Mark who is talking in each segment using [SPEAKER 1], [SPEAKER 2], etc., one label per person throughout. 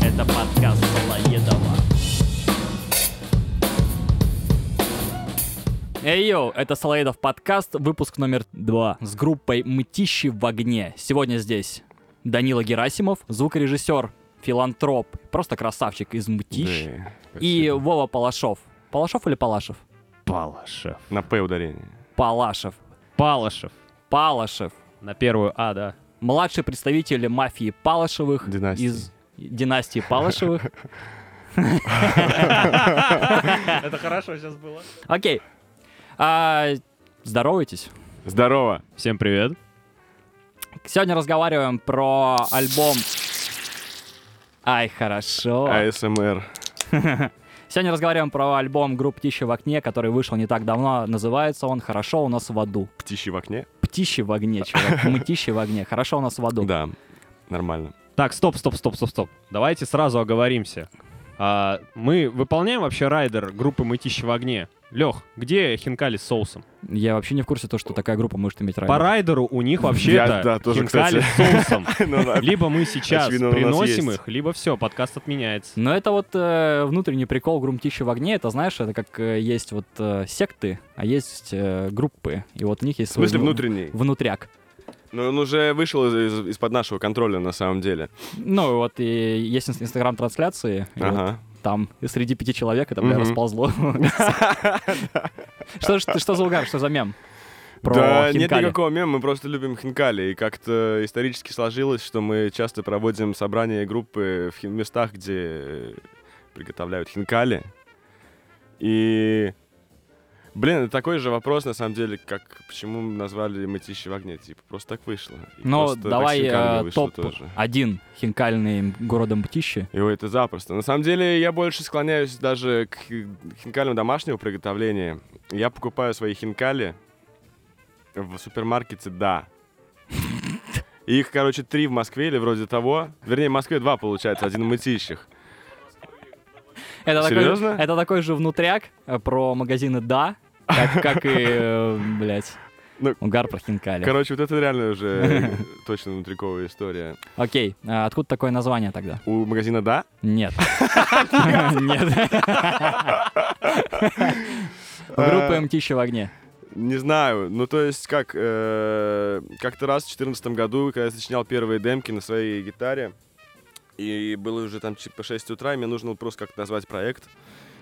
[SPEAKER 1] Это подкаст Солоедова. Эй, йоу, это Солоедов подкаст, выпуск номер два с группой «Мытищи в огне». Сегодня здесь Данила Герасимов, звукорежиссер, филантроп, просто красавчик из «Мытищ».
[SPEAKER 2] Да,
[SPEAKER 1] и
[SPEAKER 2] спасибо.
[SPEAKER 1] Вова Палашов. Палашов или Палашев?
[SPEAKER 3] Палашев.
[SPEAKER 2] На П ударение.
[SPEAKER 1] Палашев.
[SPEAKER 3] Палашев.
[SPEAKER 1] Палашев.
[SPEAKER 3] На первую А, да.
[SPEAKER 1] Младший представитель мафии Палашевых.
[SPEAKER 2] Династии.
[SPEAKER 1] Из династии Палашевых.
[SPEAKER 3] Это хорошо сейчас было.
[SPEAKER 1] Окей. А, Здоровайтесь.
[SPEAKER 2] Здорово.
[SPEAKER 3] Всем привет.
[SPEAKER 1] Сегодня разговариваем про альбом... Ай, хорошо.
[SPEAKER 2] А АСМР.
[SPEAKER 1] Сегодня разговариваем про альбом группы «Птичьи в окне», который вышел не так давно. Называется он «Хорошо у нас в аду».
[SPEAKER 2] Птичьи в окне?
[SPEAKER 1] Птичьи в огне, чувак. Мы птичьи в огне. Хорошо у нас в аду.
[SPEAKER 2] Да. Нормально.
[SPEAKER 3] Так, стоп, стоп, стоп, стоп, стоп. Давайте сразу оговоримся. А, мы выполняем вообще райдер группы «Мытищи в огне». Лех, где хинкали с соусом?
[SPEAKER 1] Я вообще не в курсе то, что такая группа может иметь
[SPEAKER 3] По
[SPEAKER 1] райдер.
[SPEAKER 3] райдеру у них вообще-то
[SPEAKER 2] Я, да, тоже,
[SPEAKER 3] хинкали с соусом.
[SPEAKER 2] Ну да.
[SPEAKER 3] Либо мы сейчас
[SPEAKER 2] Очевидно, у нас
[SPEAKER 3] приносим
[SPEAKER 2] есть.
[SPEAKER 3] их, либо все, подкаст отменяется.
[SPEAKER 1] Но это вот э, внутренний прикол Грумтищи в огне. Это, знаешь, это как э, есть вот э, секты, а есть э, группы. И вот у них есть
[SPEAKER 2] В
[SPEAKER 1] свой
[SPEAKER 2] смысле
[SPEAKER 1] вну-
[SPEAKER 2] внутренний?
[SPEAKER 1] внутряк.
[SPEAKER 2] Ну, он уже вышел из- из- из-под нашего контроля, на самом деле.
[SPEAKER 1] Ну, вот и есть инс- инстаграм-трансляции. и вот
[SPEAKER 2] Ага.
[SPEAKER 1] там и среди пяти человек это, бля,
[SPEAKER 2] Мгм.
[SPEAKER 1] расползло. Что ж- Что за угар, что за мем? Про
[SPEAKER 2] Да, нет
[SPEAKER 1] хинкали.
[SPEAKER 2] никакого мема, мы просто любим хинкали. И как-то исторически сложилось, что мы часто проводим собрания группы в хин- местах, где э, приготовляют хинкали. И... Блин, это такой же вопрос, на самом деле, как почему назвали «Мытищи в огне». Типа, просто так вышло. И
[SPEAKER 1] Ну,
[SPEAKER 2] просто так с
[SPEAKER 1] давай
[SPEAKER 2] хинкалями
[SPEAKER 1] э,
[SPEAKER 2] вышло
[SPEAKER 1] топ один хинкальный городом Мтищи.
[SPEAKER 2] И ой, это запросто. На самом деле, я больше склоняюсь даже к хинкалям домашнего приготовления. Я покупаю свои хинкали в супермаркете «Да». Их, короче, три в Москве или вроде того. Вернее, в Москве два, получается, один в Мытищах.
[SPEAKER 1] Это такой,
[SPEAKER 2] Серьезно?
[SPEAKER 1] это такой же внутряк э, про магазины «Да», как, как и, э, блядь,
[SPEAKER 2] Ну,
[SPEAKER 1] угар про хинкали.
[SPEAKER 2] Короче, вот это реально уже точно внутриковая история.
[SPEAKER 1] Окей, а откуда такое название тогда?
[SPEAKER 2] У магазина «Да»
[SPEAKER 1] Нет. Нет.
[SPEAKER 2] А.
[SPEAKER 1] Группа «Мтищи в огне».
[SPEAKER 2] Не знаю, ну то есть как, э, как-то раз в 2014 году, когда я сочинял первые демки на своей гитаре, и было уже там чи- по 6 утра, и мне нужно было просто как-то назвать проект.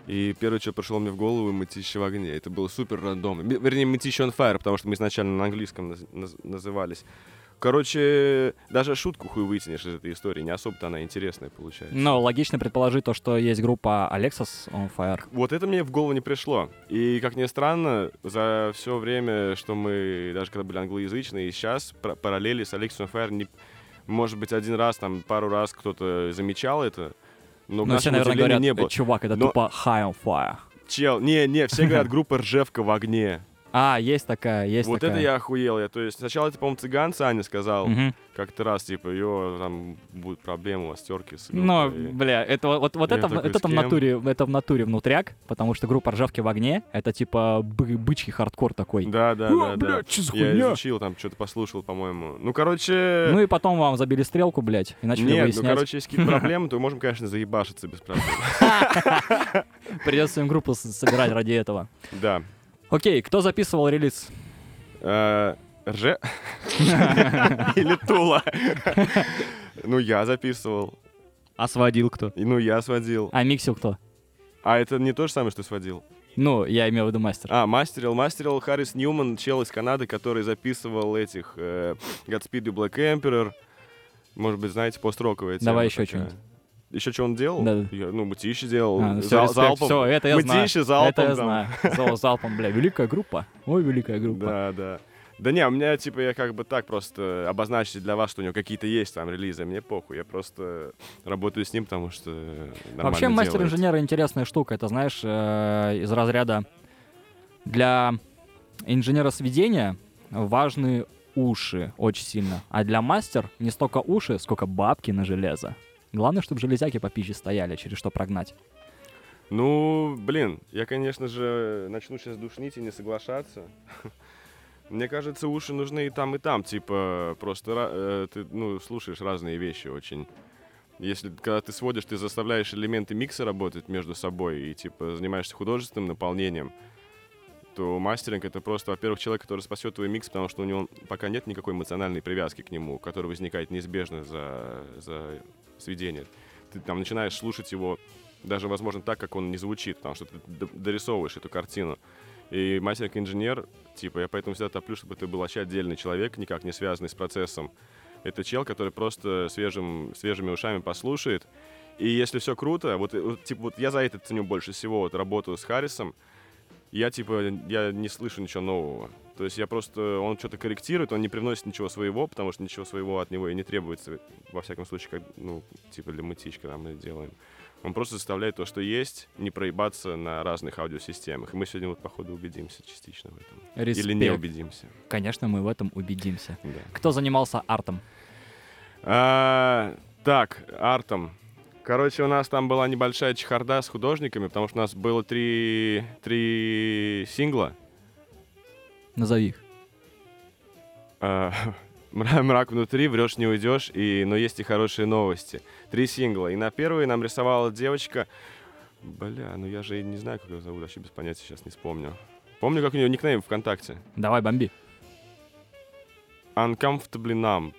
[SPEAKER 2] И первое, что пришло мне в голову, мытище в огне. Это было супер рандомно. Ми- Вернее, мытище on fire, потому что мы изначально на английском наз- наз- назывались. Короче, даже шутку хуй вытянешь из этой истории. Не особо-то она интересная получается.
[SPEAKER 1] Ну, логично предположить то, что есть группа Alexis on Fire.
[SPEAKER 2] Вот это мне в голову не пришло. И, как ни странно, за все время, что мы, даже когда были англоязычные, и сейчас пар- параллели с Алексом Файер, не... может быть, один раз, там, пару раз кто-то замечал это, но, к
[SPEAKER 1] Ну, все,
[SPEAKER 2] нашему
[SPEAKER 1] наверное,
[SPEAKER 2] удивлению,
[SPEAKER 1] говорят,
[SPEAKER 2] не было.
[SPEAKER 1] чувак, это
[SPEAKER 2] Но-
[SPEAKER 1] тупо high on fire.
[SPEAKER 2] Чел, не-не, все говорят, группа «Ржевка в огне».
[SPEAKER 1] А, есть такая, есть
[SPEAKER 2] вот
[SPEAKER 1] такая.
[SPEAKER 2] это я охуел. Я, то есть, сначала это, по-моему, цыган Саня сказал
[SPEAKER 1] Мгм.
[SPEAKER 2] как-то раз, типа, йо, там будут проблемы у вас, терки с
[SPEAKER 1] Ну,
[SPEAKER 2] группой».
[SPEAKER 1] бля, это вот, вот
[SPEAKER 2] Я
[SPEAKER 1] это, в-
[SPEAKER 2] такой,
[SPEAKER 1] вот это
[SPEAKER 2] с
[SPEAKER 1] в
[SPEAKER 2] кем?
[SPEAKER 1] натуре, это в натуре внутряк, потому что группа ржавки в огне это типа бы- бычий хардкор такой.
[SPEAKER 2] Да, да,
[SPEAKER 1] «О,
[SPEAKER 2] да, да.
[SPEAKER 1] блядь, чё за
[SPEAKER 2] Я
[SPEAKER 1] хуйня?»
[SPEAKER 2] изучил, там что-то послушал, по-моему. Ну, короче.
[SPEAKER 1] Ну и потом вам забили стрелку, блядь, и начали
[SPEAKER 2] Нет,
[SPEAKER 1] выяснять.
[SPEAKER 2] ну, короче, если какие-то проблемы, то мы можем, конечно, заебашиться без проблем.
[SPEAKER 1] Придется им группу с- собирать ради этого.
[SPEAKER 2] Да.
[SPEAKER 1] Окей, кто записывал релиз?
[SPEAKER 2] Э, Рже? Или Тула? Ну, я записывал.
[SPEAKER 3] А сводил кто?
[SPEAKER 2] И, Ну, я сводил.
[SPEAKER 1] А миксил кто?
[SPEAKER 2] А это не то же самое, что сводил?
[SPEAKER 1] Ну, я имел в виду мастер.
[SPEAKER 2] А, мастерил. Мастерил Харрис Ньюман, чел из Канады, который записывал этих э, Godspeed и Black Emperor. Может быть, знаете, построковые
[SPEAKER 1] Давай еще что-нибудь.
[SPEAKER 2] Еще что он делал?
[SPEAKER 1] Да-да.
[SPEAKER 2] Я, ну, Мытищи делал.
[SPEAKER 1] А, ну, всё,
[SPEAKER 2] Зал-
[SPEAKER 1] респект,
[SPEAKER 2] залпом.
[SPEAKER 1] всё, это я
[SPEAKER 2] Мытищи
[SPEAKER 1] знаю.
[SPEAKER 2] залпом.
[SPEAKER 1] это я
[SPEAKER 2] там.
[SPEAKER 1] знаю. Зал- Залпом, бля, великая группа. Ой, великая группа.
[SPEAKER 2] Да, да. Да не, у меня, типа, я как бы так просто обозначить для вас, что у него какие-то есть там релизы, мне похуй, я просто работаю с ним, потому что нормально
[SPEAKER 1] Вообще,
[SPEAKER 2] делает.
[SPEAKER 1] мастер-инженера интересная штука. Это, знаешь, э, из разряда для инженера сведения важны уши очень сильно. А для мастер не столько уши, сколько бабки на железо. Главное, чтобы железяки по пище стояли, через что прогнать.
[SPEAKER 2] Ну, блин, я, конечно же, начну сейчас душнить и не соглашаться. Мне кажется, уши нужны и там, и там, типа, просто ра- э, ты, ну, слушаешь разные вещи очень. Если когда ты сводишь, ты заставляешь элементы микса работать между собой и типа занимаешься художественным наполнением, то мастеринг это просто, во-первых, человек, который спасет твой микс, потому что у него пока нет никакой эмоциональной привязки к нему, которая возникает неизбежно за, за сведение. Ты там начинаешь слушать его даже, возможно, так, как он не звучит, потому что ты д- дорисовываешь эту картину. И мастеринг-инженер, типа, я поэтому всегда топлю, чтобы это был вообще отдельный человек, никак не связанный с процессом. Это чел, который просто свежим, свежими ушами послушает. И если все круто, вот, э, вот, типа, вот я за это ценю больше всего, вот работу с Харрисом, я, типа, я не слышу ничего нового. То есть я просто, он что-то корректирует, он не привносит ничего своего, потому что ничего своего от него и не требуется, во всяком случае, как, ну, типа, для мытичка, когда мы делаем. Он просто заставляет то, что есть, не проебаться на разных аудиосистемах. И мы сегодня вот, походу, убедимся частично в этом. Или не
[SPEAKER 4] Респект.
[SPEAKER 2] убедимся.
[SPEAKER 4] Конечно, мы в этом убедимся.
[SPEAKER 2] Да.
[SPEAKER 4] Кто занимался артом?
[SPEAKER 2] А, так, артом. Короче, у нас там была небольшая чехарда с художниками, потому что у нас было три, три сингла.
[SPEAKER 4] Назови их.
[SPEAKER 2] А, «Мра- Мрак внутри, врешь, не уйдешь, и, но есть и хорошие новости. Три сингла. И на первый нам рисовала девочка. Бля, ну я же и не знаю, как ее зовут, вообще без понятия сейчас не вспомню. Помню, как у нее никнейм ВКонтакте.
[SPEAKER 4] Давай, бомби.
[SPEAKER 2] Uncomfortably numb.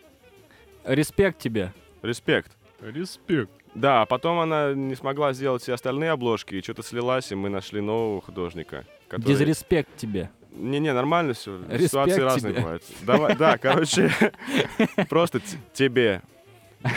[SPEAKER 4] Респект тебе.
[SPEAKER 2] Респект.
[SPEAKER 3] Респект.
[SPEAKER 2] Да, а потом она не смогла сделать все остальные обложки, и что-то слилась, и мы нашли нового художника. Который...
[SPEAKER 4] Дизреспект тебе.
[SPEAKER 2] Не-не, нормально все.
[SPEAKER 4] Респект
[SPEAKER 2] Ситуации разные
[SPEAKER 4] тебе.
[SPEAKER 2] бывают. Давай, да, короче, просто т- тебе.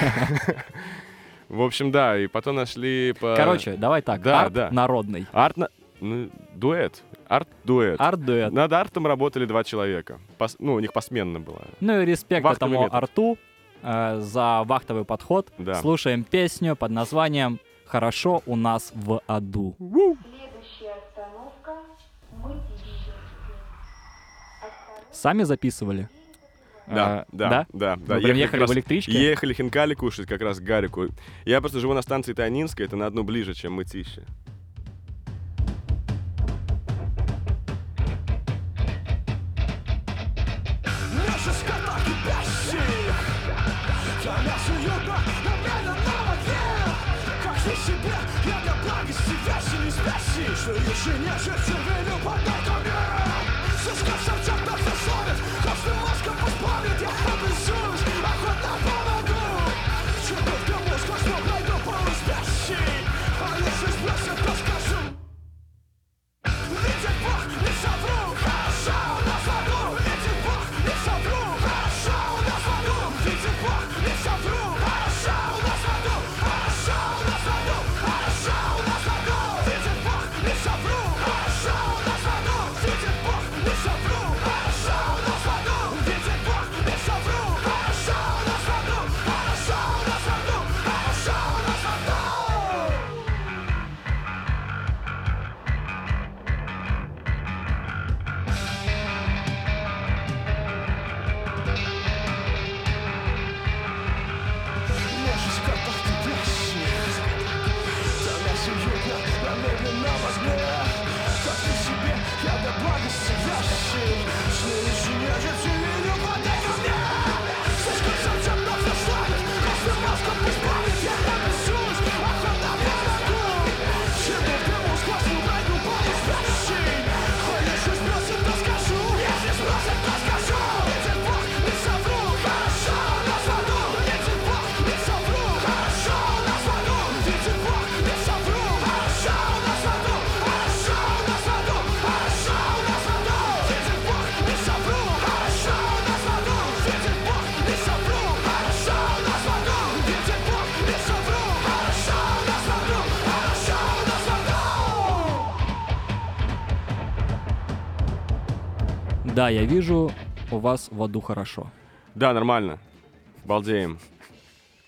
[SPEAKER 2] В общем, да, и потом нашли по...
[SPEAKER 4] Короче, давай так.
[SPEAKER 2] Э, да,
[SPEAKER 4] арт
[SPEAKER 2] да.
[SPEAKER 4] народный.
[SPEAKER 2] Арт... на- Ну, дуэт. Арт-дуэт.
[SPEAKER 4] Арт-дуэт.
[SPEAKER 2] Над артом работали два человека. Пос- Ну, у них посменно было.
[SPEAKER 4] Ну и респект
[SPEAKER 2] Вахтовый
[SPEAKER 4] этому
[SPEAKER 2] метод.
[SPEAKER 4] арту э, за вахтовый подход.
[SPEAKER 2] Да.
[SPEAKER 4] Слушаем песню под названием «Хорошо у нас в аду».
[SPEAKER 5] Следующая остановка Мытищинский. Остановка
[SPEAKER 4] Сами записывали?
[SPEAKER 2] Да,
[SPEAKER 4] А,
[SPEAKER 2] да,
[SPEAKER 4] да?
[SPEAKER 2] да, да.
[SPEAKER 4] Вы прям
[SPEAKER 2] Ехали
[SPEAKER 4] ехали
[SPEAKER 2] как раз-
[SPEAKER 4] в электричке?
[SPEAKER 2] Ехали хинкали кушать как раз к Гарику. Я просто живу на станции Тайнинская, это на одну ближе, чем Мытище.
[SPEAKER 4] а ну, А Да, я вижу, у вас в аду хорошо.
[SPEAKER 2] Да, нормально. Балдеем.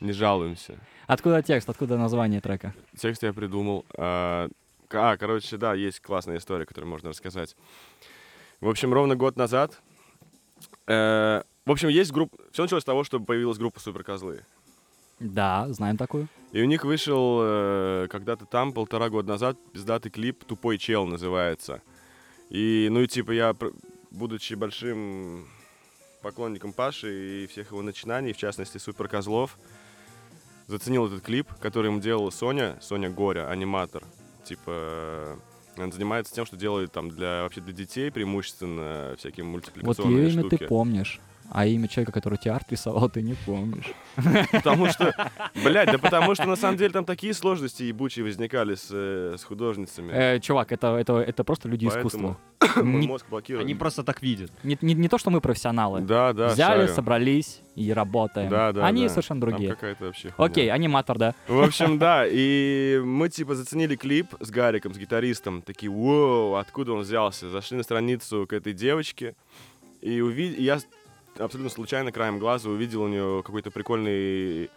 [SPEAKER 2] Не жалуемся.
[SPEAKER 4] Откуда текст, откуда название трека?
[SPEAKER 2] Текст я придумал. А, к- а, короче, да, есть классная история, которую можно рассказать. В общем, ровно год назад... э, в общем, есть группа... Все началось с того, что появилась группа Суперкозлы.
[SPEAKER 4] Да, знаем такую.
[SPEAKER 2] И у них вышел э, когда-то там, полтора года назад, пиздатый клип «Тупой чел» называется. И, ну и типа я, пр- будучи большим поклонником Паши и всех его начинаний, в частности Суперкозлов, заценил этот клип, который ему делала Соня, Соня Горя, аниматор. Типа, э, она занимается тем, что делает там для вообще для детей преимущественно всякие
[SPEAKER 1] Вот ее
[SPEAKER 2] мультипликационные
[SPEAKER 1] имя
[SPEAKER 2] штуки.
[SPEAKER 1] ты помнишь. А имя человека, который тебе арт рисовал, ты не помнишь.
[SPEAKER 2] Потому что, блядь, да потому что на самом деле там такие сложности ебучие возникали с, э, с художницами.
[SPEAKER 1] Э, чувак, это, это, это просто люди
[SPEAKER 2] Поэтому
[SPEAKER 1] искусства.
[SPEAKER 2] Мой
[SPEAKER 1] Э, Не,
[SPEAKER 2] мозг блокирует.
[SPEAKER 3] Они просто так видят.
[SPEAKER 1] не- не- не то, что мы профессионалы.
[SPEAKER 2] Да, да,
[SPEAKER 1] Взяли,
[SPEAKER 2] шарю.
[SPEAKER 1] собрались и работаем.
[SPEAKER 2] Да, да,
[SPEAKER 1] Они
[SPEAKER 2] да.
[SPEAKER 1] совершенно
[SPEAKER 2] Там
[SPEAKER 1] другие.
[SPEAKER 2] какая-то вообще хуйня.
[SPEAKER 1] Окей, аниматор, да.
[SPEAKER 2] В общем, да, и мы типа заценили клип с Гариком, с гитаристом, такие, вау, откуда он взялся? Зашли на страницу к этой девочке, и увид... и я с- абсолютно случайно краем глаза увидел у нее какой-то прикольный,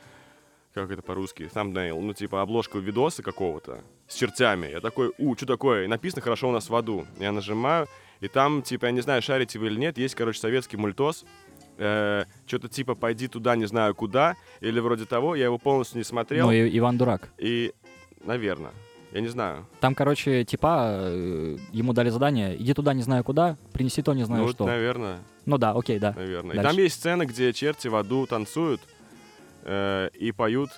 [SPEAKER 2] как это по-русски, thumbnail, ну типа обложку видоса какого-то с чертями. Я такой, у, что такое? И написано «Хорошо у нас в аду». Я нажимаю, и там, типа, я не знаю, шарите вы или нет, есть, короче, советский мультос, что-то типа «Пойди туда, не знаю куда», или вроде того, я его полностью не смотрел.
[SPEAKER 1] Ну, и- Иван Дурак.
[SPEAKER 2] И, наверное, я не знаю.
[SPEAKER 1] Там, короче, типа, э, ему дали задание, иди туда, не знаю куда, принеси то, не знаю
[SPEAKER 2] ну,
[SPEAKER 1] что.
[SPEAKER 2] наверное,
[SPEAKER 1] Ну да, окей, да.
[SPEAKER 2] наверное. И
[SPEAKER 1] Дальше.
[SPEAKER 2] там есть сцена, где черти в аду танцуют э, и поют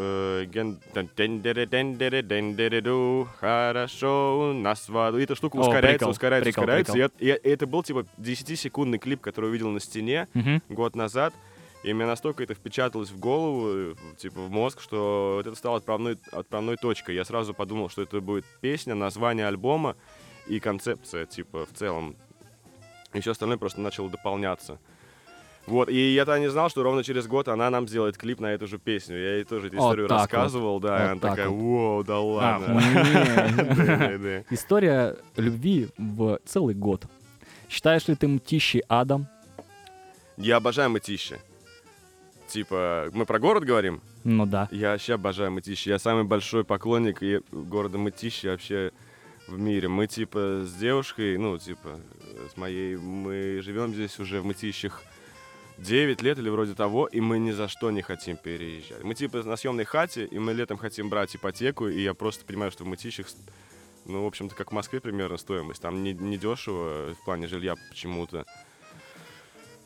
[SPEAKER 2] э, ген- тан- тендере, тендере, тендере-ду, хорошо у нас в аду. И эта штука
[SPEAKER 1] О,
[SPEAKER 2] ускоряется,
[SPEAKER 1] прикол,
[SPEAKER 2] ускоряется,
[SPEAKER 1] прикол,
[SPEAKER 2] ускоряется. И это- И, и это был типа 10-секундный клип, который я увидел на стене
[SPEAKER 1] Мгм.
[SPEAKER 2] год назад. И мне настолько это впечаталось в голову, э, в- типа в мозг, что вот это стало отправной, отправной точкой. Я сразу подумал, что это будет песня, название альбома и концепция, типа, в целом. И все остальное просто начало дополняться. Вот, и я тогда не знал, что ровно через год она нам сделает клип на эту же песню. Я ей тоже эту
[SPEAKER 1] Вот
[SPEAKER 2] историю
[SPEAKER 1] так вот.
[SPEAKER 2] рассказывал, да, и
[SPEAKER 1] Вот
[SPEAKER 2] она
[SPEAKER 1] так
[SPEAKER 2] такая,
[SPEAKER 1] вот.
[SPEAKER 2] воу, да
[SPEAKER 1] А,
[SPEAKER 2] ладно.
[SPEAKER 1] не.
[SPEAKER 2] Да-да-да.
[SPEAKER 1] История любви в целый год. Считаешь ли ты мтищи адом?
[SPEAKER 2] Я обожаю мытищи. Типа, мы про город говорим?
[SPEAKER 1] Ну да.
[SPEAKER 2] Я вообще обожаю Мытищи. Я самый большой поклонник и- города Мытищи вообще в мире. Мы типа с девушкой, ну типа э, с моей, мы живем здесь уже в Мытищах 9 лет или вроде того, и мы ни за что не хотим переезжать. Мы типа на съемной хате, и мы летом хотим брать ипотеку, и я просто понимаю, что в Мытищах, с- ну, в общем-то, как в Москве примерно стоимость. Там не, не дешево в плане жилья почему-то.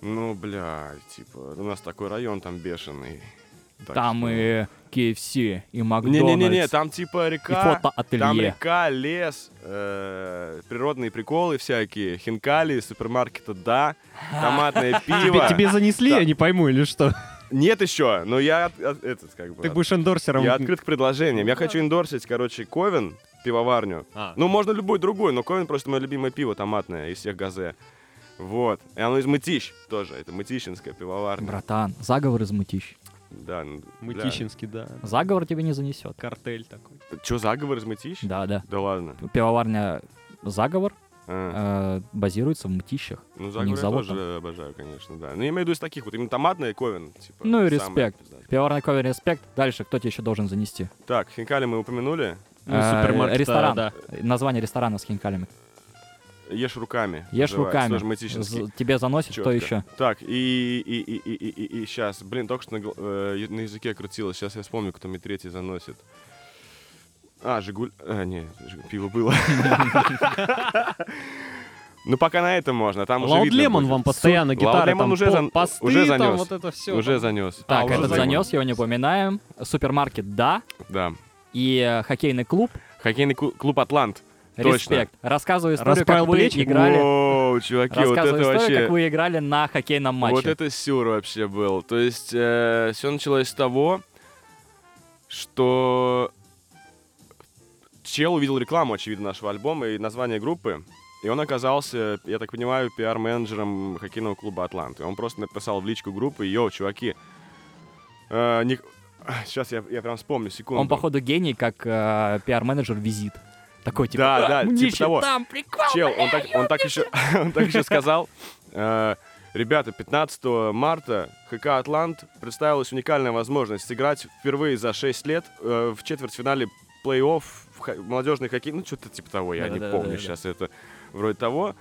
[SPEAKER 2] Ну, бля, типа, у нас такой район там бешеный. Так
[SPEAKER 1] Там
[SPEAKER 2] что-
[SPEAKER 1] и KFC, и Макдональдс,
[SPEAKER 2] не-не-не, там типа
[SPEAKER 1] и
[SPEAKER 2] река, там
[SPEAKER 1] фотоателье.
[SPEAKER 2] река, лес, э, природные приколы всякие, хинкали, из супермаркета, да, томатное пиво.
[SPEAKER 3] Тебе, тебе занесли,
[SPEAKER 2] Да.
[SPEAKER 3] я не пойму, или что?
[SPEAKER 2] Нет еще, но я от- от- этот, как бы,
[SPEAKER 3] Ты
[SPEAKER 2] от-
[SPEAKER 3] будешь эндорсером.
[SPEAKER 2] я открыт к предложениям. Я хочу эндорсить, короче, Ковен, пивоварню.
[SPEAKER 3] А,
[SPEAKER 2] Ну, можно любой другой, но Ковен просто мое любимое пиво томатное из всех газе. Вот. И оно из Мытищ тоже. Это Мытищинская пивоварня.
[SPEAKER 1] Братан, заговор из мытищ.
[SPEAKER 2] Да, ну,
[SPEAKER 3] Мытищинский, да.
[SPEAKER 1] Заговор тебе не занесет.
[SPEAKER 3] Картель такой.
[SPEAKER 2] Че, заговор из Мытищ?
[SPEAKER 1] Да, да.
[SPEAKER 2] Да ладно.
[SPEAKER 1] Пивоварня заговор
[SPEAKER 2] А.
[SPEAKER 1] э, базируется в мытищах.
[SPEAKER 2] Ну,
[SPEAKER 1] У них
[SPEAKER 2] заговор я
[SPEAKER 1] завод
[SPEAKER 2] тоже обожаю, конечно, да. Но я имею в виду из таких вот, именно томатные ковен, типа.
[SPEAKER 1] Ну и
[SPEAKER 2] самые
[SPEAKER 1] респект.
[SPEAKER 2] пиздатые.
[SPEAKER 1] Пивоварня Ковер Респект. Дальше, кто тебе еще должен занести?
[SPEAKER 2] Так, хинкали мы упомянули.
[SPEAKER 3] Ну,
[SPEAKER 1] Э,
[SPEAKER 3] супермаркет,
[SPEAKER 1] ресторан.
[SPEAKER 3] да.
[SPEAKER 1] Название ресторана с хинкалями.
[SPEAKER 2] Ешь руками.
[SPEAKER 1] Ешь
[SPEAKER 2] называется,
[SPEAKER 1] руками.
[SPEAKER 2] Тоже мытищинский.
[SPEAKER 1] З- Тебе заносит,
[SPEAKER 2] Чётко.
[SPEAKER 1] кто еще?
[SPEAKER 2] Так, и, и, и, и, и, и, сейчас, блин, только что на, гл- э, на языке крутилось, сейчас я вспомню, кто мне третий заносит. А, Жигуль... А, не, Жигу- пиво было. Ну, пока на этом можно, а там уже
[SPEAKER 3] Лауд
[SPEAKER 2] видно
[SPEAKER 3] Лемон
[SPEAKER 2] будет.
[SPEAKER 3] вам постоянно
[SPEAKER 2] Лауд
[SPEAKER 3] гитары,
[SPEAKER 2] Лемон
[SPEAKER 3] там
[SPEAKER 2] уже
[SPEAKER 3] по-
[SPEAKER 2] зан-
[SPEAKER 3] посты,
[SPEAKER 2] уже
[SPEAKER 3] там
[SPEAKER 2] занёс.
[SPEAKER 3] вот это все.
[SPEAKER 2] А Уже занес.
[SPEAKER 1] Так,
[SPEAKER 3] уже
[SPEAKER 1] этот
[SPEAKER 3] занёс.
[SPEAKER 1] занес, его не упоминаем. Супермаркет, да.
[SPEAKER 2] Да.
[SPEAKER 1] И э, хоккейный клуб.
[SPEAKER 2] Хоккейный ку- клуб «Атлант». Точно.
[SPEAKER 1] Респект. Рассказывай историю,
[SPEAKER 3] Расправил
[SPEAKER 1] как вы
[SPEAKER 3] плечи.
[SPEAKER 1] играли.
[SPEAKER 2] Воу, чуваки,
[SPEAKER 1] Рассказывай
[SPEAKER 2] вот это
[SPEAKER 1] историю,
[SPEAKER 2] вообще...
[SPEAKER 1] как вы играли на хоккейном матче.
[SPEAKER 2] Вот это сюр вообще был. То есть все началось с того, что чел увидел рекламу, очевидно, нашего альбома и название группы. И он оказался, я так понимаю, пиар-менеджером хоккейного клуба «Атланты». Он просто написал в личку группы, йоу, чуваки, Э, сейчас я, я прям вспомню, секунду.
[SPEAKER 1] Он, походу, гений, как э, пиар-менеджер визит. Такой, типа,
[SPEAKER 2] Да,
[SPEAKER 1] «А,
[SPEAKER 2] да, типа
[SPEAKER 1] Мничий,
[SPEAKER 2] того.
[SPEAKER 1] там прикол,
[SPEAKER 2] Чел, он так, он так еще, он так еще сказал. э, Ребята, 15 марта ХК «Атлант» представилась уникальная возможность сыграть впервые за 6 лет э, в четвертьфинале плей-офф в хо- молодежный хоккей. Ну, что-то типа того, я не
[SPEAKER 1] Да-да-да-да-да.
[SPEAKER 2] помню сейчас это. Вроде того.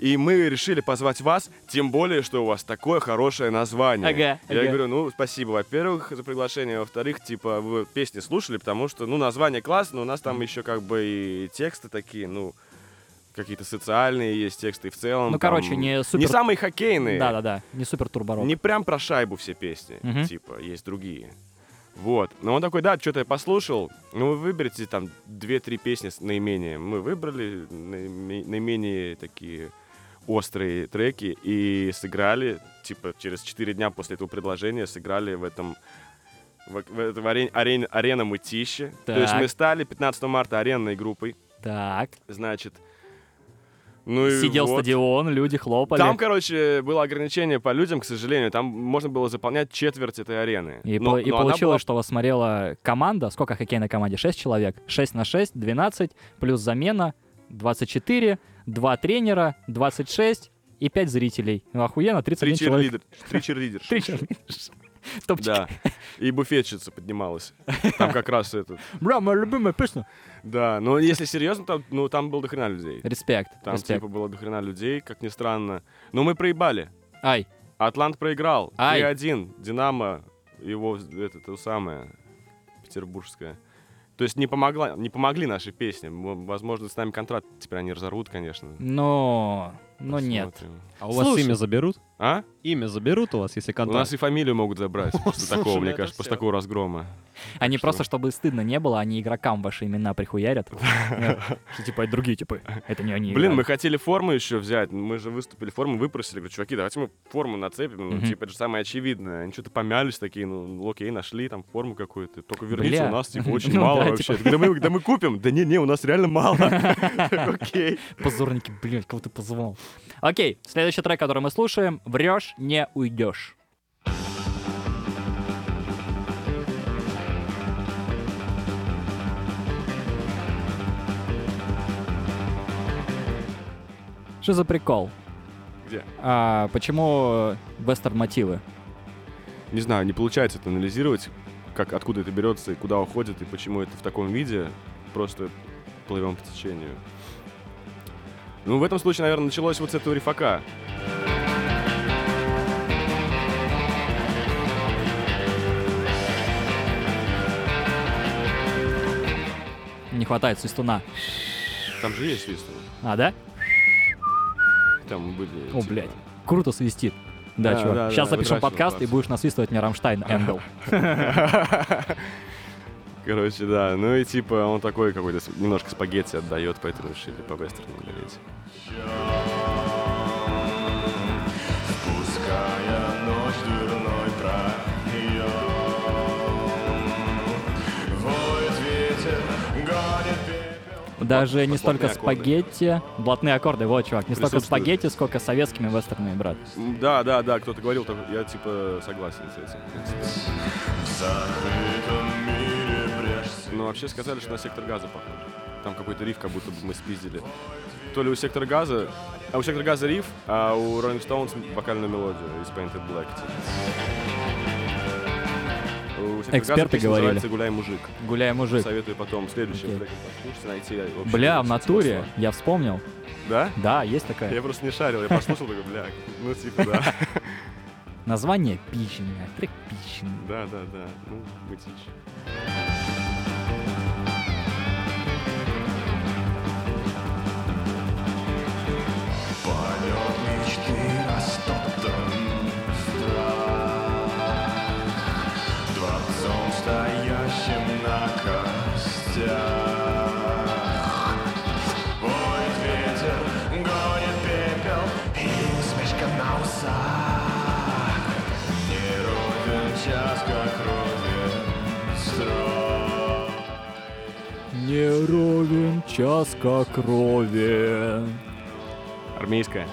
[SPEAKER 2] И мы решили позвать вас, тем более, что у вас такое хорошее название.
[SPEAKER 1] Ага,
[SPEAKER 2] я
[SPEAKER 1] ага.
[SPEAKER 2] говорю, ну, спасибо, во-первых, за приглашение, во-вторых, типа, вы песни слушали, потому что, ну, название классно, у нас там еще как бы и тексты такие, ну, какие-то социальные есть тексты и в целом.
[SPEAKER 1] Ну,
[SPEAKER 2] там
[SPEAKER 1] короче, не
[SPEAKER 2] Не
[SPEAKER 1] супер-
[SPEAKER 2] самые хоккейные.
[SPEAKER 1] Да-да-да, не супер турборок.
[SPEAKER 2] Не прям про шайбу все песни,
[SPEAKER 1] Мгм.
[SPEAKER 2] типа, есть другие. Вот. Но он такой, да, что-то я послушал, ну вы выберите там 2-3 песни с наименее. Мы выбрали наиме- наименее такие острые треки и сыграли, типа через 4 дня после этого предложения сыграли в этом в, в этом арен- арен- арена Мытищи. То есть
[SPEAKER 1] Так.
[SPEAKER 2] мы стали 15 марта аренной группой,
[SPEAKER 1] Так.
[SPEAKER 2] значит. Ну и
[SPEAKER 1] Сидел
[SPEAKER 2] вот.
[SPEAKER 1] стадион, люди хлопали.
[SPEAKER 2] Там, короче, было ограничение по людям, к сожалению. Там можно было заполнять четверть этой арены.
[SPEAKER 1] И,
[SPEAKER 2] Но-
[SPEAKER 1] по- и
[SPEAKER 2] но ну, она
[SPEAKER 1] получилось,
[SPEAKER 2] была
[SPEAKER 1] что вас смотрела команда. Сколько хоккейной команде? 6 человек. 6 на 6, 12, плюс замена, 24, 2 тренера, 26 и 5 зрителей. Ну, охуенно, 31
[SPEAKER 2] Три
[SPEAKER 1] человек.
[SPEAKER 2] черлидер. Три черлидерши.
[SPEAKER 1] Три черлидера. Топчик.
[SPEAKER 2] Да. И буфетчица поднималась. Там как раз этот.
[SPEAKER 1] Бра, моя любимая песня.
[SPEAKER 2] Да, но если серьезно, там, ну, там было дохрена людей.
[SPEAKER 1] Респект,
[SPEAKER 2] Там,
[SPEAKER 1] респект.
[SPEAKER 2] типа, было дохрена людей, как ни странно. Но мы проебали.
[SPEAKER 1] Ай,
[SPEAKER 2] Атлант проиграл.
[SPEAKER 1] Ай.
[SPEAKER 2] 3-1. Динамо, его, это, то самое, петербургское. То есть не, помогла, не помогли наши песни. М- Возможно, с нами контракт теперь они разорвут, конечно.
[SPEAKER 1] но... Но нет.
[SPEAKER 2] Посмотрим.
[SPEAKER 3] А у вас
[SPEAKER 1] Слушай.
[SPEAKER 3] имя заберут?
[SPEAKER 2] А?
[SPEAKER 3] Имя заберут у вас, если
[SPEAKER 2] У
[SPEAKER 3] контакт.
[SPEAKER 2] нас и фамилию могут забрать после
[SPEAKER 3] слушай,
[SPEAKER 2] такого,
[SPEAKER 3] ну
[SPEAKER 2] мне
[SPEAKER 3] это
[SPEAKER 2] кажется, после
[SPEAKER 3] всё.
[SPEAKER 2] такого разгрома.
[SPEAKER 1] Они
[SPEAKER 2] что-
[SPEAKER 1] просто, чтобы стыдно не было, они игрокам ваши имена прихуярят. Э, Что типа это другие типы. Это не они.
[SPEAKER 2] Блин, мы
[SPEAKER 1] играли.
[SPEAKER 2] хотели форму еще взять. Мы же выступили, форму выпросили. Говорю, чуваки, давайте мы форму нацепим. Ну,
[SPEAKER 1] Мгм.
[SPEAKER 2] типа, это же самое очевидное. Они что-то помялись такие, ну, ну, окей, нашли там форму какую-то. Только верните,
[SPEAKER 1] Бля.
[SPEAKER 2] у нас, типа, очень
[SPEAKER 1] Ну
[SPEAKER 2] мало
[SPEAKER 1] да,
[SPEAKER 2] вообще.
[SPEAKER 1] типа.
[SPEAKER 2] Да мы да мы купим. Да не-не, у нас реально мало. Окей.
[SPEAKER 1] Позорники, блин, кого ты позвал. Окей, следующий трек, который мы слушаем. Врешь, не уйдешь. Что за прикол?
[SPEAKER 2] Где?
[SPEAKER 1] А, почему вестерн мотивы?
[SPEAKER 2] Не знаю, не получается это анализировать, как, откуда это берется и куда уходит, и почему это в таком виде. Просто плывем по течению. Ну, в этом случае, наверное, началось вот с этого рифака.
[SPEAKER 1] Не хватает свистуна.
[SPEAKER 2] Там же есть свист.
[SPEAKER 1] А, да?
[SPEAKER 2] Там были...
[SPEAKER 1] О,
[SPEAKER 2] типа,
[SPEAKER 1] блядь. Круто свистит. Да,
[SPEAKER 2] Да,
[SPEAKER 1] чувак.
[SPEAKER 2] да,
[SPEAKER 1] Сейчас
[SPEAKER 2] да,
[SPEAKER 1] запишем
[SPEAKER 2] выращивал
[SPEAKER 1] подкаст и
[SPEAKER 2] класс.
[SPEAKER 1] будешь насвистывать мне Рамштайн Энгл.
[SPEAKER 2] Короче, да. Ну и типа он такой какой-то с- немножко спагетти отдает, поэтому решили по вестерну ударить.
[SPEAKER 6] Пуская ночь дурной проем Воет ветер, гонит пепел
[SPEAKER 1] Даже не столько
[SPEAKER 2] блатные аккорды.
[SPEAKER 1] спагетти. Блатные аккорды, вот, чувак. Не столько
[SPEAKER 2] Присутствуют.
[SPEAKER 1] спагетти, сколько советскими вестернами, брат.
[SPEAKER 2] М, Да, да, да, кто-то говорил, так я типа согласен с этим. в принципе.
[SPEAKER 6] В закрытом мире брешь
[SPEAKER 2] Но Ну, вообще сказали, что на сектор газа похоже. Там какой-то риф, как будто бы мы спиздили. То ли у сектора газа. А у сектора газа риф, а у Rolling Stones вокальную мелодию из Painted Black. типа. У «Сектора
[SPEAKER 1] Эксперты
[SPEAKER 2] газа» песня
[SPEAKER 1] говорили.
[SPEAKER 2] называется «Гуляй, мужик».
[SPEAKER 1] Гуляй, мужик.
[SPEAKER 2] Советую потом следующим
[SPEAKER 1] Окей.
[SPEAKER 2] треком послушать, найти общий
[SPEAKER 1] Бля, в
[SPEAKER 2] язык
[SPEAKER 1] натуре.
[SPEAKER 2] смысла.
[SPEAKER 1] Я вспомнил.
[SPEAKER 2] Да?
[SPEAKER 1] Да, есть такая.
[SPEAKER 2] Я просто не шарил, я послушал, такой, бля, ну типа, да,
[SPEAKER 1] Название пищенное. Трек пищенный.
[SPEAKER 2] да, да, да, ну, мытищ.
[SPEAKER 6] Полет мечты растоптан страх Дворцом стоящим на костях Воет ветер, гонит пепел И смешка на усах Не ровен час, как ровен строй
[SPEAKER 1] Не ровен час, как ровен.
[SPEAKER 2] Армейская.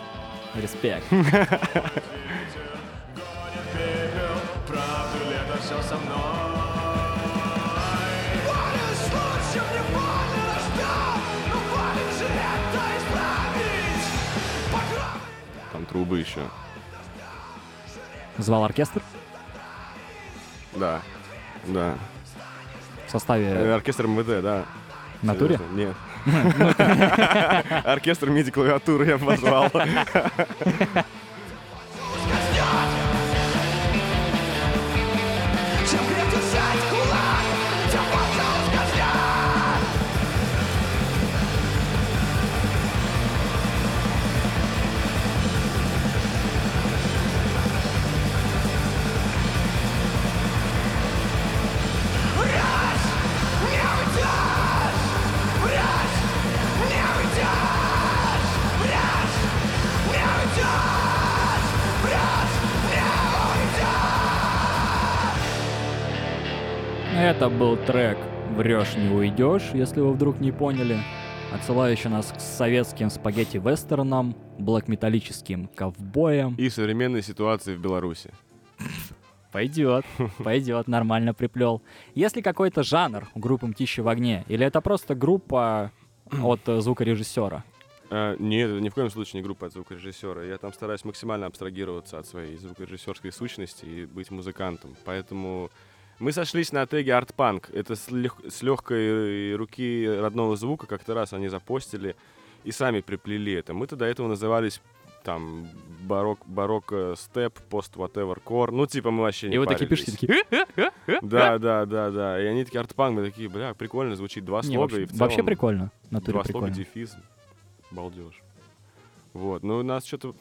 [SPEAKER 1] Респект.
[SPEAKER 6] Гонит пепел, правду лето все со мной
[SPEAKER 2] Там трубы еще.
[SPEAKER 1] Звал оркестр
[SPEAKER 2] Да. Да.
[SPEAKER 1] в составе
[SPEAKER 2] Э, Оркестр МВД, да.
[SPEAKER 1] в натуре.
[SPEAKER 2] Серьезно, Нет. Оркестр миди-клавиатуры я позвал.
[SPEAKER 4] Чем крепче сжать кулак, тем больше он скользнет.
[SPEAKER 1] Это был трек «Врешь, не уйдешь», если вы вдруг не поняли, отсылающий нас к советским спагетти-вестернам, блэк-металлическим ковбоям.
[SPEAKER 2] И современной ситуации в Беларуси.
[SPEAKER 1] Пойдет, пойдет, нормально приплел. Если какой-то жанр у группы «Мтищи в огне», или это просто группа от э, звукорежиссера?
[SPEAKER 2] А, нет, это ни в коем случае не группа от звукорежиссера. Я там стараюсь максимально абстрагироваться от своей звукорежиссерской сущности и быть музыкантом. Поэтому мы сошлись на теге артпанк. Это с, лег- с легкой э, руки родного звука как-то раз они запостили и сами приплели это. Мы-то до этого назывались там барок, барокко степ, пост whatever core. Ну, типа мы вообще не
[SPEAKER 3] И вы такие
[SPEAKER 2] парились.
[SPEAKER 3] пишете, такие... «Э, э, э, э».
[SPEAKER 2] Да, да, да, да. И они такие артпанк, мы такие, бля, прикольно, звучит два
[SPEAKER 1] Не,
[SPEAKER 2] слога.
[SPEAKER 1] вообще,
[SPEAKER 2] и в
[SPEAKER 1] вообще
[SPEAKER 2] целом
[SPEAKER 1] прикольно, в натуре
[SPEAKER 2] Два слога,
[SPEAKER 1] прикольно.
[SPEAKER 2] дефис. Балдеж. Вот. Ну, нас что-то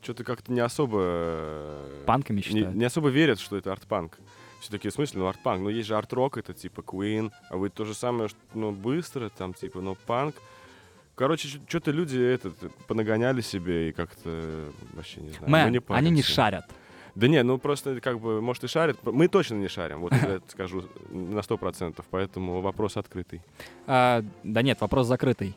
[SPEAKER 2] что-то как-то не особо... э,
[SPEAKER 1] Панками
[SPEAKER 2] не,
[SPEAKER 1] считают.
[SPEAKER 2] не особо верят, что это арт-панк. Все таки в смысле, ну, арт-панк. Ну, есть же арт-рок, это типа Queen. А вы то же самое, что, ну, быстро, там, типа, но панк. Короче, что-то люди этот, понагоняли себе и как-то э, вообще не знаю.
[SPEAKER 1] Мэн,
[SPEAKER 2] мы не
[SPEAKER 1] они не
[SPEAKER 2] паримся.
[SPEAKER 1] шарят.
[SPEAKER 2] Да не, ну просто как бы, может и шарят. Мы точно не шарим, вот я это скажу на сто процентов, поэтому вопрос открытый.
[SPEAKER 1] А, да нет, вопрос закрытый.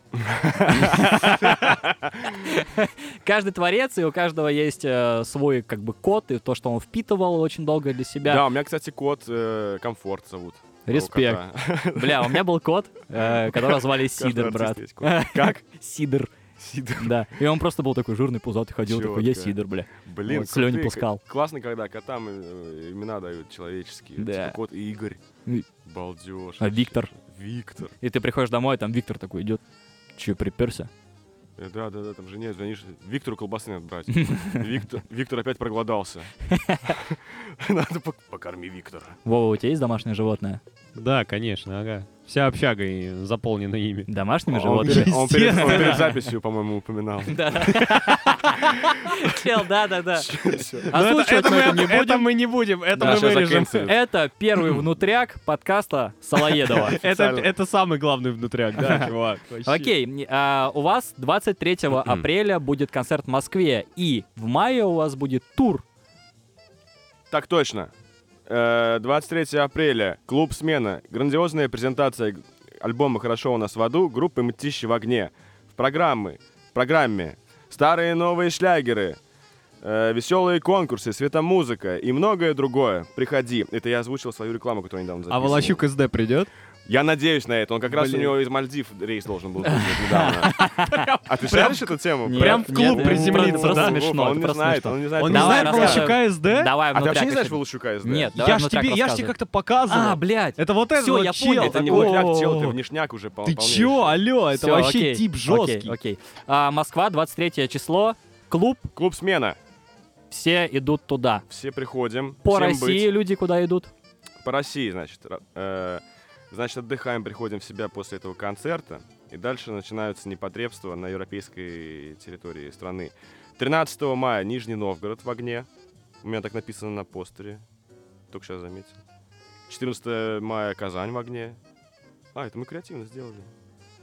[SPEAKER 1] Каждый творец, и у каждого есть э, свой как бы код, и то, что он впитывал очень долго для себя.
[SPEAKER 2] Да, у меня, кстати, кот э, Комфорт зовут.
[SPEAKER 1] Респект.
[SPEAKER 2] Того кота.
[SPEAKER 1] Бля, у меня был кот, э, которого звали
[SPEAKER 2] Каждый
[SPEAKER 1] Сидор,
[SPEAKER 2] артист
[SPEAKER 1] брат.
[SPEAKER 2] есть кот. Как?
[SPEAKER 1] Сидор,
[SPEAKER 2] Сидор.
[SPEAKER 1] да. И он просто был такой жирный, пузатый, ходил, такой, я
[SPEAKER 2] Чётко.
[SPEAKER 1] Сидор, бля.
[SPEAKER 2] Блин,
[SPEAKER 1] Вот слюни
[SPEAKER 2] крутые,
[SPEAKER 1] пускал.
[SPEAKER 2] к- Классно, когда котам э, имена дают человеческие.
[SPEAKER 1] Да.
[SPEAKER 2] Типа кот и Игорь.
[SPEAKER 1] И-
[SPEAKER 2] Балдеж.
[SPEAKER 1] А Виктор?
[SPEAKER 2] Виктор.
[SPEAKER 1] И ты приходишь домой, там Виктор такой идет. Че, приперся?
[SPEAKER 2] Э, Да, да, да, там жене звонишь. Виктору колбасы надо брать. Виктор, Виктор опять проголодался. Надо пок- покорми Виктора.
[SPEAKER 1] Вова, у тебя есть домашнее животное?
[SPEAKER 3] Да, конечно, ага. Вся общага и заполнена ими.
[SPEAKER 1] Домашними
[SPEAKER 2] А Он
[SPEAKER 1] животными?
[SPEAKER 2] перед- он перед он перед записью, по-моему, упоминал.
[SPEAKER 1] Чел, да-да-да.
[SPEAKER 2] Всё.
[SPEAKER 1] А Озвучивать мы это не будем.
[SPEAKER 3] Это Ну, а мы не будем, это
[SPEAKER 2] Да,
[SPEAKER 3] мы
[SPEAKER 2] щас
[SPEAKER 3] вырежем.
[SPEAKER 2] закинцелят.
[SPEAKER 1] Это первый внутряк подкаста Салоедова.
[SPEAKER 3] Это,
[SPEAKER 2] Официально.
[SPEAKER 3] это самый главный внутряк, да, чувак. вообще.
[SPEAKER 1] Окей, м, а, у вас 23 апреля будет концерт в Москве, и в мае у вас будет тур.
[SPEAKER 2] Так точно. Э, 23 апреля. Клуб «Смена». Грандиозная презентация г- альбома «Хорошо у нас в аду» группы «Мытищи в огне». В программы, в программе старые и новые шлягеры, Э, веселые конкурсы, светомузыка и многое другое. Приходи. Это я озвучил свою рекламу, которую недавно
[SPEAKER 3] А
[SPEAKER 2] записывал.
[SPEAKER 3] Волощук СД придет?
[SPEAKER 2] Я надеюсь на это. Он как раз у
[SPEAKER 3] Блин.
[SPEAKER 2] него из Мальдив рейс должен был быть недавно. А ты шаришь эту тему?
[SPEAKER 1] Нет,
[SPEAKER 3] Прям в
[SPEAKER 1] нет,
[SPEAKER 3] клуб
[SPEAKER 1] нет,
[SPEAKER 3] приземлиться,
[SPEAKER 1] просто
[SPEAKER 3] да?
[SPEAKER 1] смешно,
[SPEAKER 2] Он
[SPEAKER 1] это
[SPEAKER 2] не
[SPEAKER 1] просто
[SPEAKER 2] знает,
[SPEAKER 1] смешно.
[SPEAKER 2] он не знает.
[SPEAKER 3] Он не
[SPEAKER 2] Давай,
[SPEAKER 3] знает
[SPEAKER 2] рассказывай.
[SPEAKER 3] Волощука СД?
[SPEAKER 1] Давай
[SPEAKER 2] А ты
[SPEAKER 1] внутряк
[SPEAKER 2] вообще не знаешь
[SPEAKER 1] расскажи.
[SPEAKER 2] Волощука СД?
[SPEAKER 1] Нет, давай
[SPEAKER 3] Я ж
[SPEAKER 1] внутряк
[SPEAKER 3] тебе, я ж тебе
[SPEAKER 1] рассказывай. А,
[SPEAKER 3] как-то показывал.
[SPEAKER 1] блять.
[SPEAKER 3] Это вот это
[SPEAKER 1] Всё,
[SPEAKER 3] вот
[SPEAKER 1] я
[SPEAKER 3] чел
[SPEAKER 1] понял,
[SPEAKER 2] Это не
[SPEAKER 1] О-о-о.
[SPEAKER 3] такой.
[SPEAKER 2] вотляк, чел, это внешняк уже
[SPEAKER 3] Ты
[SPEAKER 2] полный.
[SPEAKER 3] чё, алло, это
[SPEAKER 1] Всё,
[SPEAKER 3] вообще
[SPEAKER 1] окей,
[SPEAKER 3] тип
[SPEAKER 1] окей,
[SPEAKER 3] жесткий.
[SPEAKER 1] окей. А, Москва, 23 число, клуб,
[SPEAKER 2] Клуб «Смена».
[SPEAKER 1] все идут туда.
[SPEAKER 2] Все приходим.
[SPEAKER 1] По
[SPEAKER 2] всем
[SPEAKER 1] России люди куда идут?
[SPEAKER 2] быть. По России, значит. Ра- э, значит, отдыхаем, приходим в себя после этого концерта. И дальше начинаются непотребства на европейской территории страны. 13 мая Нижний Новгород в огне. У меня так написано на постере. Только сейчас заметил. 14 мая Казань в огне. А, это мы креативно сделали.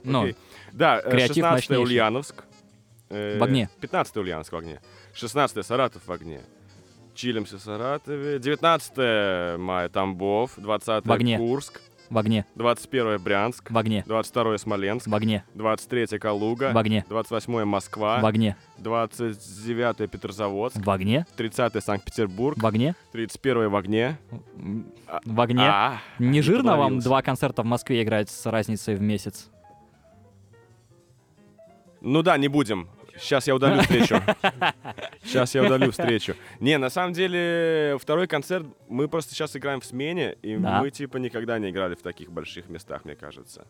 [SPEAKER 1] Ну,
[SPEAKER 2] Окей. Да, э,
[SPEAKER 1] креатив
[SPEAKER 2] 16
[SPEAKER 1] мощнейший.
[SPEAKER 2] Ульяновск. Э,
[SPEAKER 1] В огне.
[SPEAKER 2] 15 Ульяновск в огне. 16 Саратов в огне. Чилимся в Саратове. 19 мая Тамбов. 20
[SPEAKER 1] В огне.
[SPEAKER 2] Курск.
[SPEAKER 1] в огне,
[SPEAKER 2] 21 Брянск.
[SPEAKER 1] в огне,
[SPEAKER 2] 22 Смоленск.
[SPEAKER 1] в огне,
[SPEAKER 2] 23 Калуга.
[SPEAKER 1] в огне,
[SPEAKER 2] 28
[SPEAKER 1] в
[SPEAKER 2] Москва.
[SPEAKER 1] огне,
[SPEAKER 2] 29 Петрозаводск.
[SPEAKER 1] в огне,
[SPEAKER 2] 30 Санкт-Петербург.
[SPEAKER 1] в огне,
[SPEAKER 2] 31 в огне.
[SPEAKER 1] м, в огне.
[SPEAKER 2] А,
[SPEAKER 1] Не жирно вам
[SPEAKER 2] подловился.
[SPEAKER 1] два концерта в Москве играть с разницей в месяц?
[SPEAKER 2] Ну да, не будем. Сейчас я удалю встречу. Сейчас я удалю встречу. Не, на самом деле, второй концерт мы просто сейчас играем в смене, и
[SPEAKER 1] Да.
[SPEAKER 2] мы типа никогда не играли в таких больших местах, мне кажется.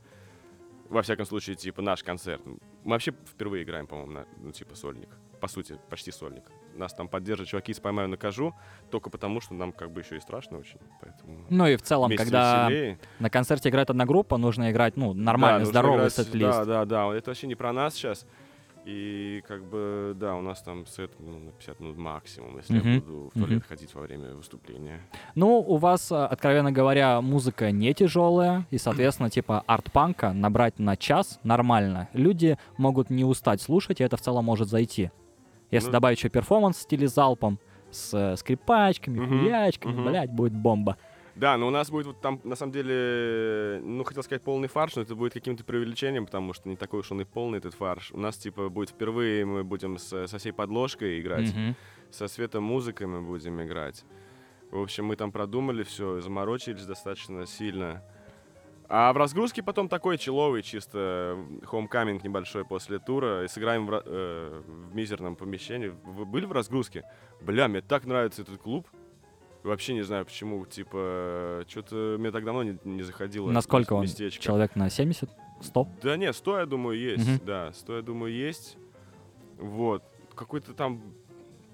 [SPEAKER 2] Во всяком случае, типа наш концерт. Мы вообще впервые играем, по-моему, на, ну, типа сольник. По сути, почти сольник. Нас там поддержат чуваки с «Поймаю, накажу», только потому, что нам как бы еще и страшно очень. Поэтому
[SPEAKER 1] Ну и в целом,
[SPEAKER 2] вместе
[SPEAKER 1] когда
[SPEAKER 2] веселее.
[SPEAKER 1] на концерте играет одна группа, нужно играть, ну, нормально,
[SPEAKER 2] Да, нужно
[SPEAKER 1] здоровый
[SPEAKER 2] играть-
[SPEAKER 1] сет-лист.
[SPEAKER 2] Да, да, да. Это вообще не про нас сейчас. И как бы, да, у нас там сет ну, на 50 минут максимум, если я
[SPEAKER 1] Мгм.
[SPEAKER 2] буду в туалет
[SPEAKER 1] Мгм.
[SPEAKER 2] ходить во время выступления.
[SPEAKER 1] Ну, у вас, э, откровенно говоря, музыка не тяжелая, и, соответственно, типа арт-панка набрать на час нормально. Люди могут не устать слушать, и это в целом может зайти. Если
[SPEAKER 2] Ну.
[SPEAKER 1] добавить еще перформанс в стиле залпом, с э, скрипачками,
[SPEAKER 2] Мгм,
[SPEAKER 1] хуячками,
[SPEAKER 2] мгм.
[SPEAKER 1] блядь, будет бомба.
[SPEAKER 2] Да, но у нас будет вот там, на самом деле, ну, хотел сказать полный фарш, но это будет каким-то преувеличением, потому что не такой уж он и полный этот фарш. У нас, типа, будет впервые мы будем с- со всей подложкой играть,
[SPEAKER 1] Мгм.
[SPEAKER 2] со светом музыкой мы будем играть. В общем, мы там продумали все, заморочились достаточно сильно. А в разгрузке потом такой человый, чисто хомкаминг небольшой после тура. И сыграем в, ра- э, в мизерном помещении. Вы были в разгрузке? Бля, мне так нравится этот клуб. Вообще не знаю почему. Типа, что-то мне так давно не, не заходило.
[SPEAKER 1] Насколько он?
[SPEAKER 2] местечко.
[SPEAKER 1] Человек на 70? 100?
[SPEAKER 2] Да нет, 100, я думаю, есть.
[SPEAKER 1] Мгм.
[SPEAKER 2] Да, 100, я думаю, есть. Вот. Какой-то там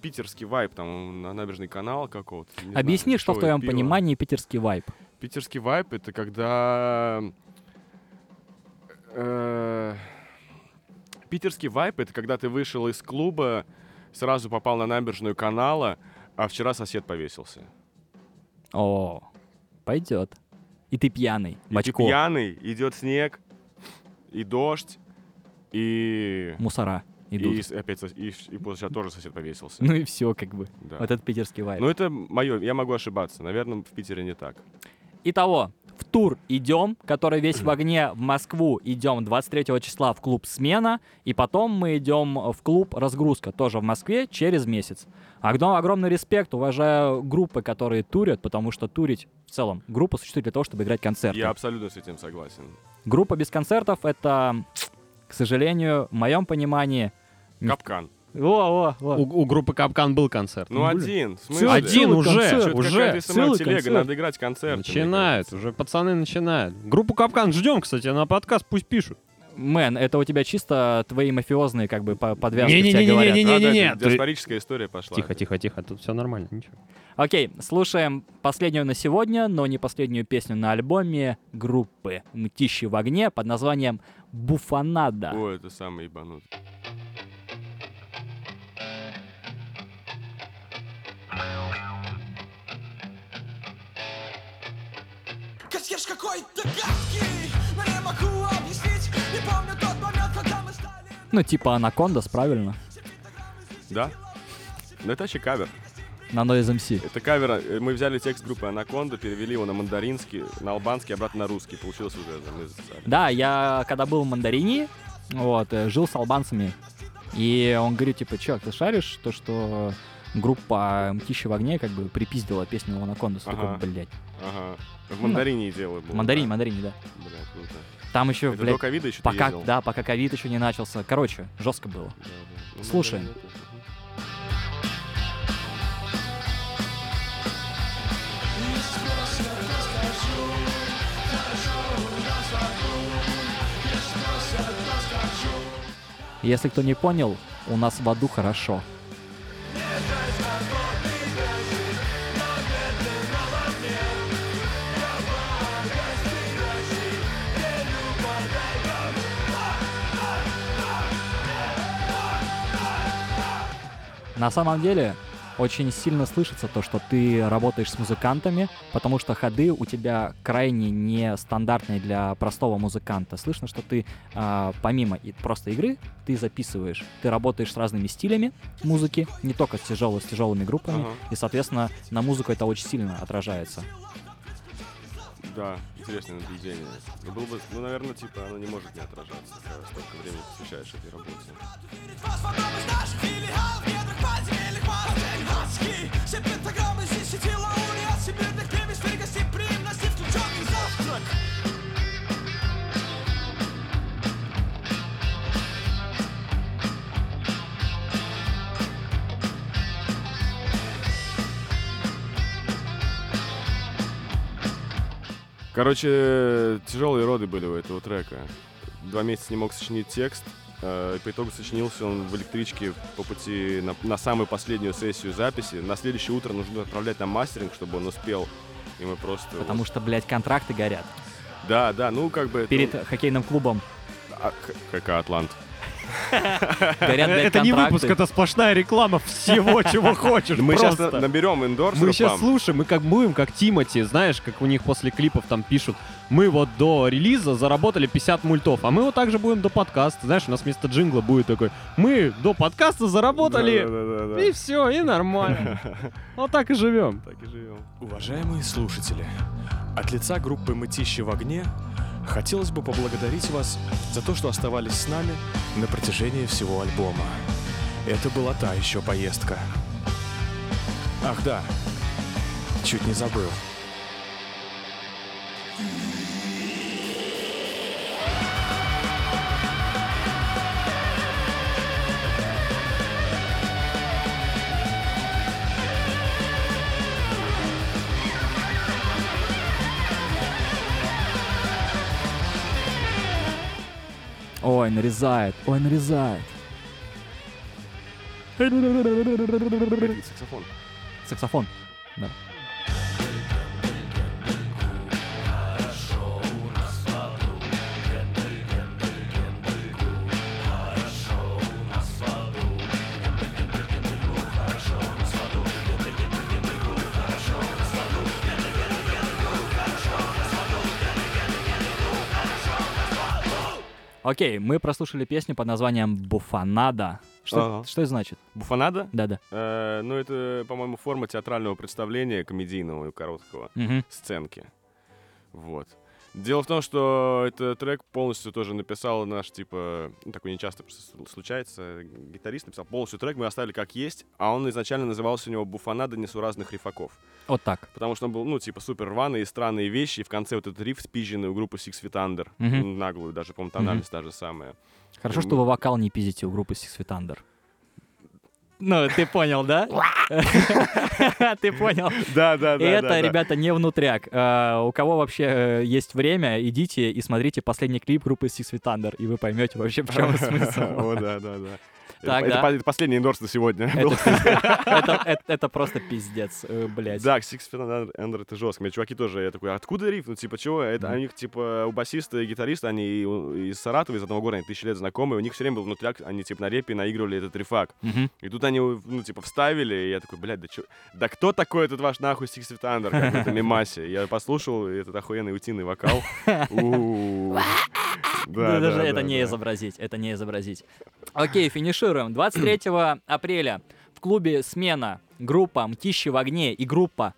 [SPEAKER 2] питерский вайб, там на набережный канал какого-то. не знаю,
[SPEAKER 1] Объясни, что в
[SPEAKER 2] дешёвое
[SPEAKER 1] твоем
[SPEAKER 2] пиво.
[SPEAKER 1] понимании питерский вайб.
[SPEAKER 2] Питерский вайп это когда... э, Питерский вайп это когда ты вышел из клуба, сразу попал на набережную канала, а вчера сосед повесился.
[SPEAKER 1] О, пойдет. И ты пьяный,
[SPEAKER 2] И ты
[SPEAKER 1] бачко,
[SPEAKER 2] пьяный, идет снег, и дождь, и...
[SPEAKER 1] мусора идут.
[SPEAKER 2] И с- опять сос- и, ш- и после чего тоже сосед повесился.
[SPEAKER 1] Ну и все, как бы.
[SPEAKER 2] Да. Ну
[SPEAKER 1] Вот этот питерский вайб.
[SPEAKER 2] Но это мое, я могу ошибаться. Наверное, в Питере не так.
[SPEAKER 1] Итого, в тур идем, который весь в огне в Москву идем 23 числа в клуб «Смена», и потом мы идем в клуб «Разгрузка», тоже в Москве, через месяц. Огно- Огромный респект, уважаю группы, которые турят, потому что турить в целом группа существует для того, чтобы играть концерты.
[SPEAKER 2] Я абсолютно с этим согласен.
[SPEAKER 1] Группа без концертов — это, к сожалению, в моем понимании...
[SPEAKER 2] Капкан.
[SPEAKER 1] О, о, о.
[SPEAKER 3] У, у группы Капкан был концерт.
[SPEAKER 2] Ну, один. в смысле?
[SPEAKER 3] Один
[SPEAKER 1] целый
[SPEAKER 3] уже,
[SPEAKER 1] концерт.
[SPEAKER 2] Чё-то
[SPEAKER 3] уже.
[SPEAKER 2] какая-то
[SPEAKER 1] целый
[SPEAKER 2] СММ-телега,
[SPEAKER 1] концерт.
[SPEAKER 2] надо играть концерт.
[SPEAKER 3] Начинают, уже пацаны начинают. Группу Капкан ждем, кстати, на подкаст пусть пишут.
[SPEAKER 1] Мэн, это у тебя чисто твои мафиозные как бы по- подвязки все говорят.
[SPEAKER 3] Не-не-не-не-не-не. Ты-
[SPEAKER 2] Диаспорическая история пошла.
[SPEAKER 3] Тихо, тихо, тихо, тут все нормально, ничего.
[SPEAKER 1] Окей, слушаем последнюю на сегодня, но не последнюю песню на альбоме группы «Мтищи в огне» под названием «Буфанада».
[SPEAKER 2] О, это самый ебанутый.
[SPEAKER 4] Консьерж какой-то гадкий, но не могу объяснить. Не помню тот момент, когда мы стали...
[SPEAKER 1] Ну, типа «Анакондас», правильно?
[SPEAKER 2] Да? Ну, это вообще кавер.
[SPEAKER 1] На Noise MC.
[SPEAKER 2] Это кавер. э, Мы взяли текст группы Анаконда, перевели его на мандаринский, на албанский, обратно на русский. Получилось уже. это Мы записали.
[SPEAKER 1] Да, я когда был в Мандарине, вот, э, жил с албанцами, и он говорит, типа, чувак, ты шаришь то, что группа «Мтищи в огне» как бы припиздила песню «Анакондас». Такой,
[SPEAKER 2] Ага.
[SPEAKER 1] блядь.
[SPEAKER 2] Ага. В мандарине и дело было.
[SPEAKER 1] Мандарин,
[SPEAKER 2] да.
[SPEAKER 1] мандарин, да.
[SPEAKER 2] Бля, круто.
[SPEAKER 1] Там еще,
[SPEAKER 2] Это до
[SPEAKER 1] блядь,
[SPEAKER 2] ковида еще
[SPEAKER 1] пока,
[SPEAKER 2] ты ездил?
[SPEAKER 1] да, пока ковид еще не начался. Короче, жестко было.
[SPEAKER 2] Да, да. Ну,
[SPEAKER 1] Слушаем.
[SPEAKER 2] Мандарин это, мгм.
[SPEAKER 1] Если кто не понял, у нас в аду хорошо. На самом деле, очень сильно слышится то, что ты работаешь с музыкантами, потому что ходы у тебя крайне нестандартные для простого музыканта. Слышно, что ты а, помимо и просто игры, ты записываешь, ты работаешь с разными стилями музыки, не только с, тяжело- с тяжелыми группами,
[SPEAKER 2] Ага.
[SPEAKER 1] и, соответственно, на музыку это очень сильно отражается.
[SPEAKER 2] Да, интересное наблюдение. Ну, было бы, ну, наверное, типа, оно не может не отражаться, когда столько времени посвящаешь этой работе.
[SPEAKER 4] Верить вас в одном из наших филиалов, в недрах подземельных морозных адский. Все пентаграммы здесь светила уния, всемирных переместей, гостей прием, нас не включенный завтрак.
[SPEAKER 2] Короче, тяжелые роды были у этого трека. Два месяца не мог сочинить текст. э, и По итогу сочинился он в электричке по пути на, на самую последнюю сессию записи. На следующее утро нужно отправлять на мастеринг, чтобы он успел. И мы просто...
[SPEAKER 3] А
[SPEAKER 1] Потому что, блядь, контракты горят.
[SPEAKER 2] Да, да, ну как бы... это-
[SPEAKER 1] Перед хоккейным клубом
[SPEAKER 2] А, к- КК «Атлант».
[SPEAKER 1] Горят, блядь,
[SPEAKER 3] Э, Это не
[SPEAKER 1] Э, контракты.
[SPEAKER 3] выпуск, это сплошная реклама всего, чего хочешь.
[SPEAKER 2] Мы сейчас
[SPEAKER 3] просто.
[SPEAKER 2] наберем индорсов.
[SPEAKER 3] Мы сейчас слушаем, мы как будем, как Тимати, знаешь, как у них после клипов там пишут, мы вот до релиза заработали 50 мультов, а мы вот также будем до подкаста, знаешь, у нас вместо джингла будет такой, мы до подкаста заработали, и все, и нормально. Вот так и живем.
[SPEAKER 2] Так и живем.
[SPEAKER 7] Уважаемые слушатели, от лица группы «Мытищи в огне» хотелось бы поблагодарить вас за то, что оставались с нами на протяжении всего альбома. Это была та еще поездка. Ах да, чуть не забыл.
[SPEAKER 1] Ой, нарезает, ой, нарезает.
[SPEAKER 2] Блин, саксофон.
[SPEAKER 1] Саксофон. Да. Окей, мы прослушали песню под названием «Буфанада». Что,
[SPEAKER 2] Ага.
[SPEAKER 1] что это значит?
[SPEAKER 2] Буфанада?
[SPEAKER 1] Да-да.
[SPEAKER 2] Э, ну, это, по-моему, форма театрального представления комедийного и короткого.
[SPEAKER 1] Мгм.
[SPEAKER 2] сценки. Вот. Дело в том, что этот трек полностью тоже написал наш, типа, ну, такой нечасто просто сл- случается, гитарист написал полностью трек, мы оставили как есть, а он изначально назывался у него «Буфанада несуразных рифаков»,
[SPEAKER 1] Вот так.
[SPEAKER 2] потому что он был, ну, типа, супер рваные и странные вещи, и в конце вот этот риф спизженный у группы Six Feet Under,
[SPEAKER 1] Мгм.
[SPEAKER 2] ну, наглую даже, по-моему, тональность та же самая.
[SPEAKER 1] Хорошо,
[SPEAKER 2] Мгм.
[SPEAKER 1] что вы вокал не пиздите у группы Six Feet Under. Ну, ты понял, да? Ты понял.
[SPEAKER 2] Да, да, да.
[SPEAKER 1] И это, ребята, не внутряк. А, У кого вообще э, есть время, идите и смотрите последний клип группы Six Feet Under, и вы поймете вообще, в чем смысл.
[SPEAKER 2] О, да, да, да.
[SPEAKER 1] Так,
[SPEAKER 2] Это- это
[SPEAKER 1] да.
[SPEAKER 2] по- это последний эндорс на сегодня.
[SPEAKER 1] Это пиздец. Это- это- Это просто пиздец, э, блядь.
[SPEAKER 2] Да, Six Feet Under, Under это жестко. Мне чуваки тоже, я такой, откуда риф? Ну, типа, чего? Это,
[SPEAKER 1] Мгм.
[SPEAKER 2] У них, типа, у басиста и гитариста, они и у- из Саратова, из одного города, они тысячи лет знакомые, у них все время был внутряк, они, типа, на репе наигрывали этот рифак.
[SPEAKER 1] Мгм.
[SPEAKER 2] И тут они, ну, типа, вставили, и я такой, блядь, да чё? Да кто такой этот ваш нахуй Six Feet Under? Как это мемасе. Я послушал и этот охуенный утиный вокал. У-у-у.
[SPEAKER 1] Да, даже
[SPEAKER 2] да,
[SPEAKER 1] это
[SPEAKER 2] да,
[SPEAKER 1] не
[SPEAKER 2] да.
[SPEAKER 1] изобразить, это не изобразить. Окей, финишируем. 23 апреля в клубе «Смена» группа «Мтищи в огне» и группа...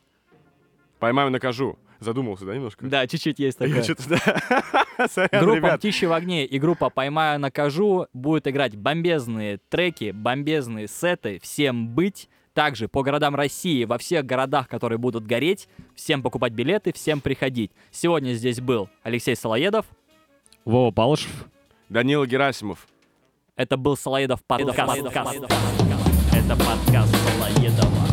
[SPEAKER 2] Поймаю, накажу. Задумался, да, немножко?
[SPEAKER 1] Да, чуть-чуть есть
[SPEAKER 2] Я
[SPEAKER 1] такое.
[SPEAKER 2] что-то, да. Сорян,
[SPEAKER 1] Группа
[SPEAKER 2] Э, ну, ребят.
[SPEAKER 1] «Птичьи в огне» и группа «Поймаю, накажу» будет играть бомбезные треки, бомбезные сеты «Всем быть». Также по городам России, во всех городах, которые будут гореть, всем покупать билеты, всем приходить. Сегодня здесь был Алексей Солоедов.
[SPEAKER 3] Вова Палышев.
[SPEAKER 2] Данила Герасимов.
[SPEAKER 1] Это был Солоедов подкаст. Это подкаст Солоедова.